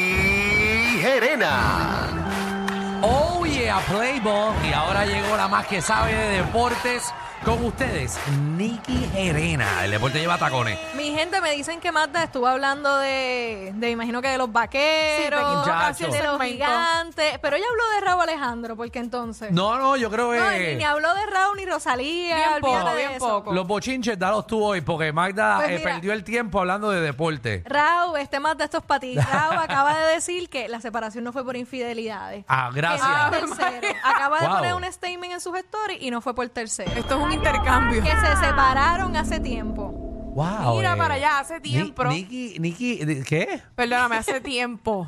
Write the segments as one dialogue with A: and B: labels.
A: Ricky Gerena.
B: Oh yeah, Playboy. Y ahora llegó la más que sabe de deportes con ustedes, Nikki Gerena. El deporte lleva tacones.
C: Mi gente me dicen que Marta estuvo hablando de, de imagino que de los vaqueros,
B: Sí, de que-
C: de los
D: Chacho.
C: gigantes, pero ella habló de Raúl Alejandro, porque entonces
B: No, eh. no, yo creo
C: No, ni,
B: que
C: ni habló de Raúl ni Rosalía,
D: Bien poco,
C: olvídate de
D: bien
C: eso.
D: poco.
B: los bochinches dalos tú hoy porque Magda
C: Pues
B: eh,
C: mira.
B: perdió el tiempo hablando de deporte.
C: Raúl, este Marta, esto es para ti. Raúl acaba de decir que la separación no fue por infidelidades.
B: Ah, gracias.
C: Que no fue por tercero. Acaba de
B: Wow.
C: poner un statement en sus stories y no fue por tercero.
D: Esto es un intercambio.
C: Que se separaron hace tiempo.
B: Wow.
D: Mira
B: eh.
D: para allá, hace
B: Ni-
D: tiempo.
B: Nikki, Nikki, de- ¿qué?
D: Perdóname, hace tiempo.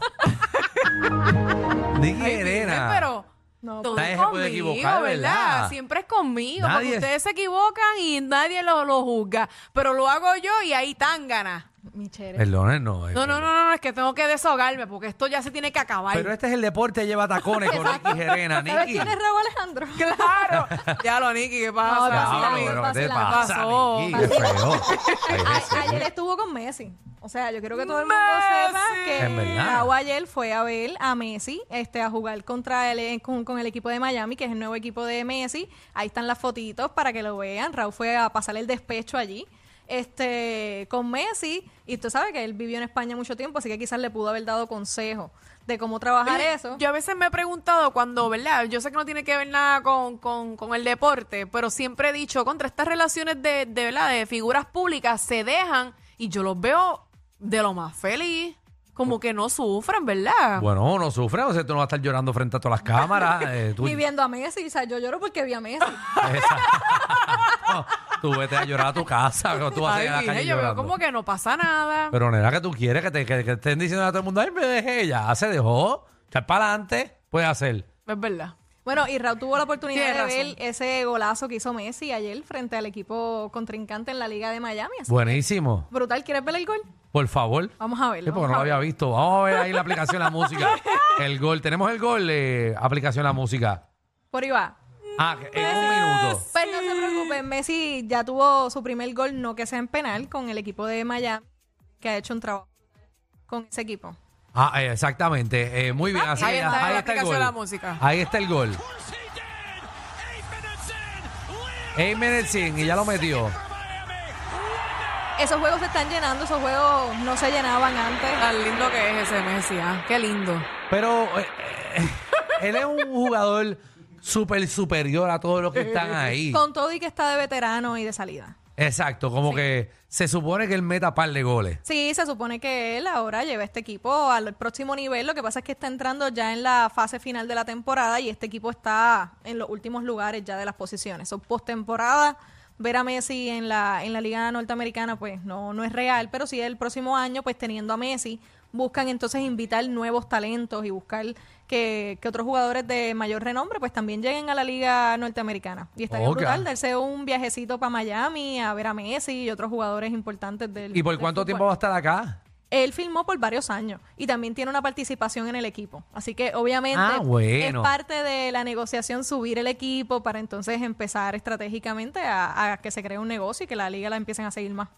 B: Nikki
D: Ay,
B: Gerena.
D: Pero
C: No,
D: todo
B: Nadie
D: es
B: se puede
D: conmigo,
B: equivocar,
D: ¿verdad?
B: ¿verdad?
D: Siempre es conmigo.
B: Nadie es-
D: Porque ustedes se equivocan y nadie lo, lo juzga. pero lo hago yo y ahí tan ganas.
C: Michelle.
B: Perdonen, no. eh,
D: No, no, no, no, no, es que tengo que desahogarme porque esto ya se tiene que acabar.
B: Pero este es el deporte lleva tacones con Nikki Gerena.
C: ¿Sabes
B: Nikki.
C: quién es Raúl Alejandro?
D: Claro. ya lo, Niki, ¿qué
C: No,
D: pasa?
C: pero sí,
B: Ya,
C: Vacilando,
B: pero ¿qué te
C: vacilando.
B: pasa,
D: Pasó.
B: Nikki? Qué feo. Ay,
C: A-
B: Jesús.
C: ayer estuvo con Messi. O sea, yo quiero que todo el mundo
D: Messi.
C: sepa
B: En
C: que
B: verdad.
C: Raúl ayer fue a ver a Messi este, a jugar contra el, eh, con, con el equipo de Miami, que es el nuevo equipo de Messi. Ahí están las fotitos para que lo vean. Raúl fue a pasar el despecho allí este, con Messi. Y tú sabes que él vivió en España mucho tiempo, así que quizás le pudo haber dado consejo de cómo trabajar
D: Oye,
C: eso.
D: Yo a veces me he preguntado cuando, ¿verdad? Yo sé que no tiene que ver nada con, con- con el deporte, pero siempre he dicho, contra estas relaciones de, de, ¿verdad? de figuras públicas se dejan y yo los veo de lo más feliz, como que no sufren, ¿verdad?
B: Bueno, no sufre, o sea, tú no vas a estar llorando frente a todas las cámaras. eh, tú,
C: Y viendo a Messi, o sea, yo lloro porque vi a Messi.
B: Exacto. tú vete a llorar a tu casa, que tú vas a
D: Ay,
B: ir a la
D: mire,
B: calle
D: yo veo
B: llorando.
D: como que no pasa nada.
B: Pero nena, que tú quieres que te que- que estén diciendo a todo el mundo, ay, me dejé, ya se dejó, está para adelante, puede hacer.
D: es verdad.
C: Bueno, y Raúl tuvo la oportunidad
D: Tiene
C: de ver
D: razón.
C: ese golazo que hizo Messi ayer frente al equipo contrincante en la Liga de Miami. Así
B: Buenísimo,
C: Brutal, ¿quieres ver el gol?
B: por favor.
C: Vamos a verlo.
B: Sí, porque
C: vamos
B: no lo
C: a
B: había
C: verlo.
B: visto. Vamos a ver ahí la aplicación, la música. El gol, tenemos el gol, eh, aplicación, la música.
C: Por ahí va.
D: Mm,
B: Ah, que en un minuto.
C: Pues no se preocupen, Messi ya tuvo su primer gol, no que sea en penal, con el equipo de Miami, que ha hecho un trabajo con ese equipo.
B: Ah, eh, exactamente. Eh, muy bien, así
D: Ah, Ahí
B: que ya-
D: está la
B: ahí está el
D: aplicación,
B: gol.
D: la música.
B: Ahí está el gol.
E: course he did. Eight minutes in, Liam
B: Eight minutes in, y ya lo metió.
E: from Miami.
C: Esos juegos se están llenando, esos juegos no se llenaban antes.
D: Tan lindo que es ese Messi, ah, qué lindo.
B: Pero eh, eh, él es un jugador súper superior a todos los que están ahí.
C: Con todo y que está de veterano y de salida.
B: Exacto, como que se supone que él meta par de goles.
C: Sí, se supone que él ahora lleva este equipo al próximo nivel. Lo que pasa es que está entrando ya en la fase final de la temporada y este equipo está en los últimos lugares ya de las posiciones. Son postemporada. Ver a Messi en la, en la Liga Norteamericana, pues no, no es real, pero sí el próximo año, pues teniendo a Messi, buscan entonces invitar nuevos talentos y buscar que, que otros jugadores de mayor renombre, pues también lleguen a la Liga Norteamericana. Y estaría
B: Ok.
C: brutal darse un viajecito para Miami a ver a Messi y otros jugadores importantes del.
B: ¿Y por
C: del
B: cuánto
C: fútbol.
B: tiempo va a estar acá?
C: Él filmó por varios años y también tiene una participación en el equipo. Así que obviamente
B: Ah, bueno.
C: es parte de la negociación subir el equipo para entonces empezar estratégicamente a, a que se cree un negocio y que la liga la empiecen a seguir más.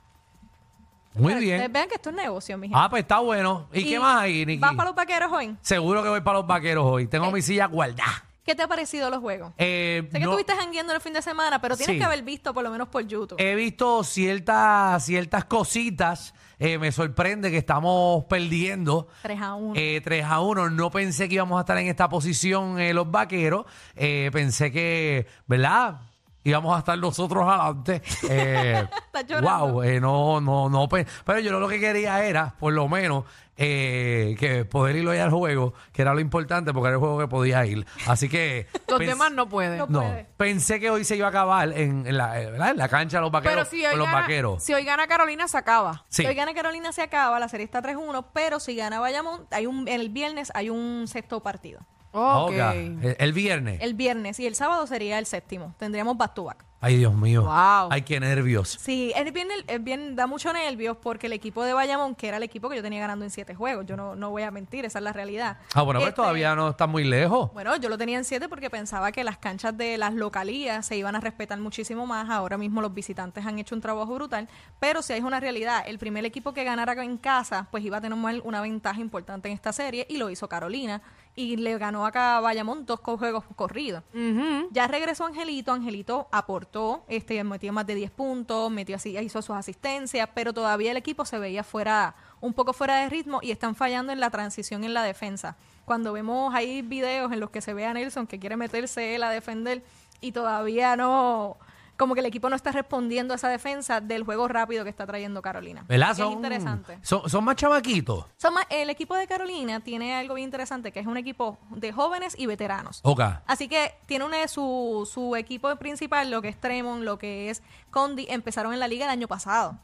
B: Muy
C: Para que Ustedes
B: bien.
C: vean que esto este es negocio, mi gente.
B: Ah, pues está bueno. ¿Y, qué más hay, Nicky?
C: ¿Vas para los vaqueros, joven?
B: Seguro que voy para los vaqueros hoy. Tengo mi silla guardada.
C: ¿Qué te ha parecido los juegos?
B: Eh,
C: Sé que
B: no-
C: estuviste jangueando el fin de semana, pero tienes
B: Sí. Eh,
C: que haber visto por lo menos por YouTube.
B: He visto ciertas, ciertas cositas. Eh, me sorprende que estamos perdiendo.
C: 3 a 1.
B: Eh, 3 a 1. No pensé que íbamos a estar en esta posición eh, los vaqueros. Eh, pensé que, ¿verdad? Íbamos a estar nosotros adelante. Eh,
C: Estás llorando.
B: wow, eh, no, no, no. pe- Pero yo lo que quería era, por lo menos, eh, que poder irlo ya al juego, que era lo importante, porque era el juego que podía ir. Así que.
D: Los
B: pens-
D: demás no pueden.
C: No
B: No,
C: puede.
B: pensé que hoy se iba a acabar en, en la, eh, ¿verdad? en la cancha de los vaqueros.
D: Pero si hoy,
B: con los
D: gana,
B: vaqueros.
D: si hoy gana Carolina, se acaba.
B: Sí.
C: Hoy gana Carolina, se acaba, la serie está 3-1, pero si gana Bayamón, hay un, el viernes hay un sexto partido.
D: Ok.
B: Oh, Ok. El, el viernes.
C: El viernes y el sábado sería el séptimo. Tendríamos back to back.
B: Ay, Dios mío.
D: Wow.
B: Ay, qué nervios.
C: Sí, es bien, es bien, da mucho nervios porque el equipo de Bayamón, que era el equipo que yo tenía ganando en siete juegos, yo no, no voy a mentir, esa es la realidad.
B: Ah, bueno, pues
C: Este,
B: todavía no está muy lejos.
C: Bueno, yo lo tenía en siete porque pensaba que las canchas de las localías se iban a respetar muchísimo más. Ahora mismo los visitantes han hecho un trabajo brutal, pero si hay una realidad, el primer equipo que ganara en casa, pues iba a tener mal- una ventaja importante en esta serie y lo hizo Carolina y le ganó acá a Bayamón dos co- juegos corridos. Ya regresó Angelito, Angelito aportó, este metió más de 10 puntos, metió así, hizo sus asistencias, pero todavía el equipo se veía fuera un poco fuera de ritmo y están fallando en la transición en la defensa. Cuando vemos ahí videos en los que se ve a Nelson que quiere meterse él a defender y todavía no como que el equipo no está respondiendo a esa defensa del juego rápido que está trayendo Carolina.
B: ¿Verdad?
C: Es
B: Son,
C: interesante.
B: Son, son más chamaquitos.
C: Son más- el equipo de Carolina tiene algo bien interesante, que es un equipo de jóvenes y veteranos.
B: Ok.
C: Así que tiene una, su, su equipo principal, lo que es Tremont, lo que es Condi, empezaron en la liga el año pasado.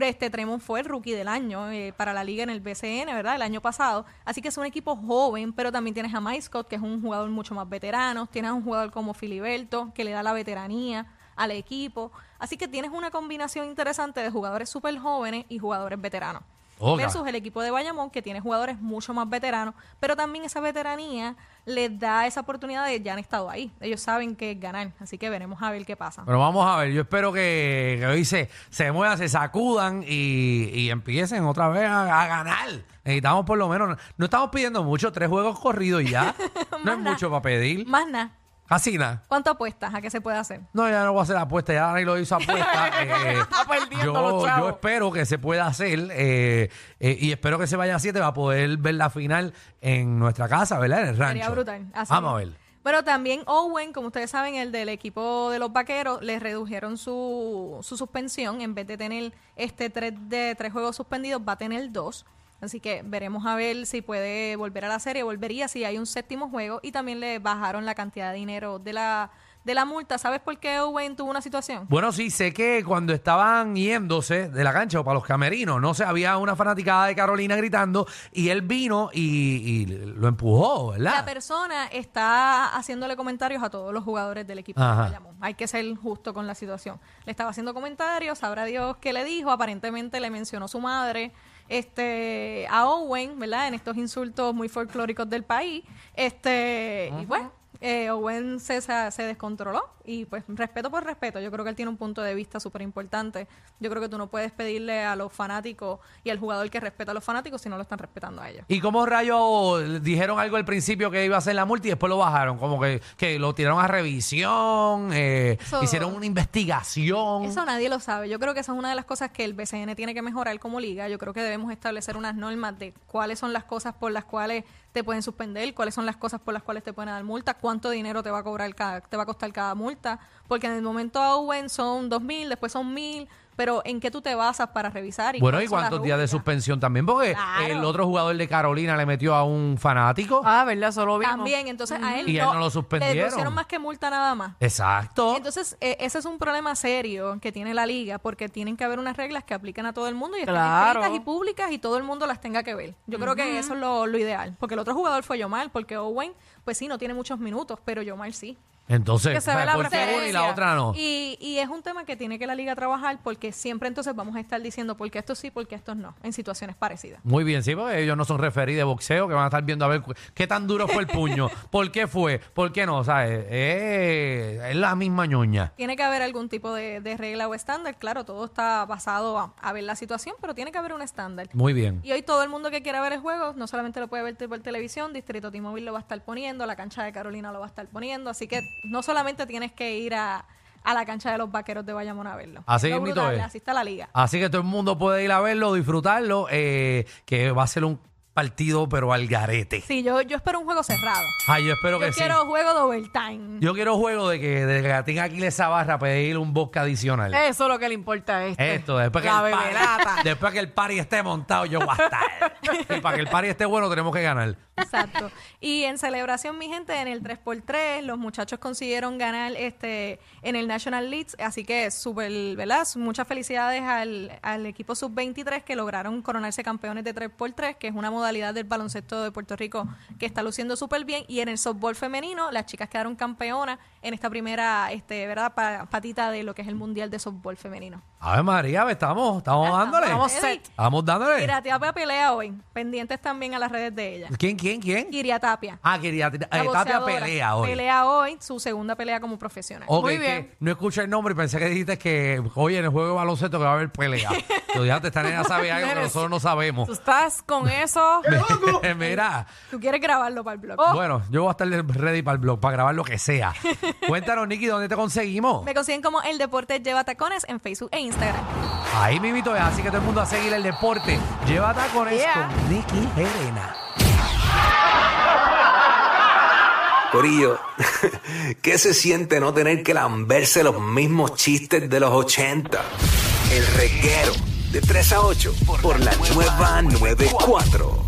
C: Este Tremont fue el rookie del año eh, para la liga en el BCN, ¿verdad? El año pasado. Así que es un equipo joven, pero también tienes a Mike Scott, que es un jugador mucho más veterano. Tienes a un jugador como Filiberto, que le da la veteranía al equipo. Así que tienes una combinación interesante de jugadores súper jóvenes y jugadores veteranos.
B: Oga.
C: Versus pues, el equipo de Bayamón, que tiene jugadores mucho más veteranos, pero también esa veteranía les da esa oportunidad de ya han estado ahí. Ellos saben que es ganar, así que veremos a ver qué pasa.
B: Pero vamos a ver, yo espero que, que hoy se, se muevan, se sacudan y, y empiecen otra vez a, a ganar. Necesitamos por lo menos, no estamos pidiendo mucho, tres juegos corridos y ya. no es
C: Más nada.
B: mucho para pedir.
C: Más nada,
B: Casi nada.
C: ¿cuánto apuestas a qué se puede hacer?
B: No, ya no voy a hacer apuesta, ya Dani lo hizo apuesta. eh,
D: Está perdiendo los
B: yo,
D: chavos.
B: yo espero que se pueda hacer eh, eh, y espero que se vaya a 7 para poder ver la final en nuestra casa, ¿verdad? En el rancho.
C: Sería brutal. Así
B: Vamos a
C: es.
B: ver.
C: Bueno, también Owen, como ustedes saben, el del equipo de los vaqueros, les redujeron su, su suspensión. En vez de tener este tres de tres juegos suspendidos, va a tener dos. Así que veremos a ver si puede volver a la serie. Volvería si hay un séptimo juego. Y también le bajaron la cantidad de dinero de la, de la multa. ¿Sabes por qué Owen tuvo una situación?
B: Bueno, sí, sé que cuando estaban yéndose de la cancha o para los camerinos, no sé, había una fanaticada de Carolina gritando y él vino y, y lo empujó,
C: La
B: ¿verdad?
C: persona está haciéndole comentarios a todos los jugadores del equipo
B: Ajá.
C: de Bayamón. Hay que ser justo con la situación. Le estaba haciendo comentarios, sabrá Dios qué le dijo. Aparentemente le mencionó su madre este, a Owen, ¿verdad? En estos insultos muy folclóricos del país. Este, Y bueno, eh, Owen se, se se descontroló. Y pues, respeto por respeto. Yo creo que él tiene un punto de vista súper importante. Yo creo que tú no puedes pedirle a los fanáticos y al jugador que respeta a los fanáticos si no lo están respetando a ellos.
B: ¿Y cómo rayos dijeron algo al principio que iba a ser la multa y después lo bajaron? Como que, que lo tiraron a revisión, eh,
C: Eso-
B: hicieron una investigación.
C: Eso nadie lo sabe. Yo creo que esa es una de las cosas que el BCN tiene que mejorar como liga. Yo creo que debemos establecer unas normas de cuáles son las cosas por las cuales te pueden suspender, cuáles son las cosas por las cuales te pueden dar multa, cuánto dinero te va a cobrar cada, te va a costar cada multa, porque en el momento Owen son dos mil, después son mil, pero ¿en qué tú te basas para revisar?
B: bueno,
C: cuáles
B: ¿y
C: son las
B: cuántos días de
C: rúbricas?
B: suspensión también? Porque
C: Claro.
B: el otro jugador de Carolina le metió a un fanático.
D: Ah, ¿verdad? Eso lo vimos.
C: También, entonces a él,
B: Y a él no lo suspendieron.
C: Le pusieron más que multa nada más.
B: Exacto.
C: Entonces, eh, ese es un problema serio que tiene la liga, porque tienen que haber unas reglas que aplican a todo el mundo y están
D: Claro.
C: escritas y públicas y todo el mundo las tenga que ver. Yo creo que eso es lo, lo ideal, porque el otro jugador fue Yomar, porque Owen, pues sí, no tiene muchos minutos, pero Yomar sí.
B: Entonces,
D: Que se ve la
B: ¿por qué una y la
D: preferencia.
B: otra no?
C: Y, y es un tema que tiene que la liga trabajar, porque siempre entonces vamos a estar diciendo porque estos sí, porque estos no, en situaciones parecidas.
B: Muy bien, sí, porque ellos no son referidos de boxeo que van a estar viendo a ver cu- qué tan duro fue el puño, por qué fue, por qué no, ¿sabes? Eh, es la misma ñoña.
C: Tiene que haber algún tipo de, de regla o estándar, claro, todo está basado a- a ver la situación, pero tiene que haber un estándar.
B: Muy bien.
C: Y hoy todo el mundo que quiera ver el juego, no solamente lo puede ver por televisión, Distrito T-Mobile lo va a estar poniendo, la cancha de Carolina lo va a estar poniendo, así que no solamente tienes que ir a, a la cancha de los vaqueros de Bayamón a verlo.
B: Así
C: Es lo
B: mismito
C: brutal,
B: es.
C: Así está la liga.
B: Así que todo el mundo puede ir a verlo, disfrutarlo, eh, que va a ser un partido, pero al garete.
C: Sí, yo, yo espero un juego cerrado.
B: Ay, yo espero
C: yo
B: que
C: quiero
B: sí.
C: juego de overtime.
B: Yo quiero juego de que, de que tenga aquí esa barra pedir un bosque adicional.
D: Eso es lo que le importa a este.
B: Esto, después que,
D: La
B: el party,
D: beberata.
B: después que el party esté montado, yo voy a estar. y para que el party esté bueno, tenemos que ganar.
C: Exacto. Y en celebración, mi gente, en el 3x3, los muchachos consiguieron ganar este en el National Leagues, así que súper, ¿verdad? Muchas felicidades al, al equipo sub-23 que lograron coronarse campeones de 3x3, que es una modalidad modalidad del baloncesto de Puerto Rico que está luciendo súper bien. Y en el softball femenino, las chicas quedaron campeonas en esta primera este, ¿verdad? pa- patita de lo que es el Mundial de Softball Femenino.
B: A ver, María, estamos, estamos dándole.
D: Vamos
C: ready.
D: set.
B: Vamos dándole.
C: Kiria Tapia pelea hoy. Pendientes también a las redes de ella.
B: ¿Quién, quién, quién?
C: Kiria Tapia.
B: Ah, quería. eh,
C: la
B: Tapia
C: boxeadora,
B: pelea hoy. Oh.
C: Pelea hoy, su segunda pelea como profesional.
B: Ok,
D: Muy
B: que
D: bien.
B: no escuché el nombre y pensé que dijiste que, oye, en el juego de baloncesto que va a haber pelea. Yo dije, "Ah, antes, esta nena sabe algo que
D: Eres-
B: nosotros no sabemos.
D: Tú estás con eso.
B: Mira,
C: Tú quieres grabarlo para el blog.
B: bueno, yo voy a estar ready para el blog, para grabar lo que sea. Cuéntanos, Nicky, ¿dónde te conseguimos?
C: Me consiguen como El Deporte Lleva Tacones en Facebook e Instagram.
B: Ahí mimito es, así que todo el mundo a seguir el deporte. Lleva tacones
D: Yeah.
B: con Nicky Helena.
F: Corillo, ¿qué se siente no tener que lamberse los mismos chistes de los 80? El reguero de 3 a 8 por la nueva 94.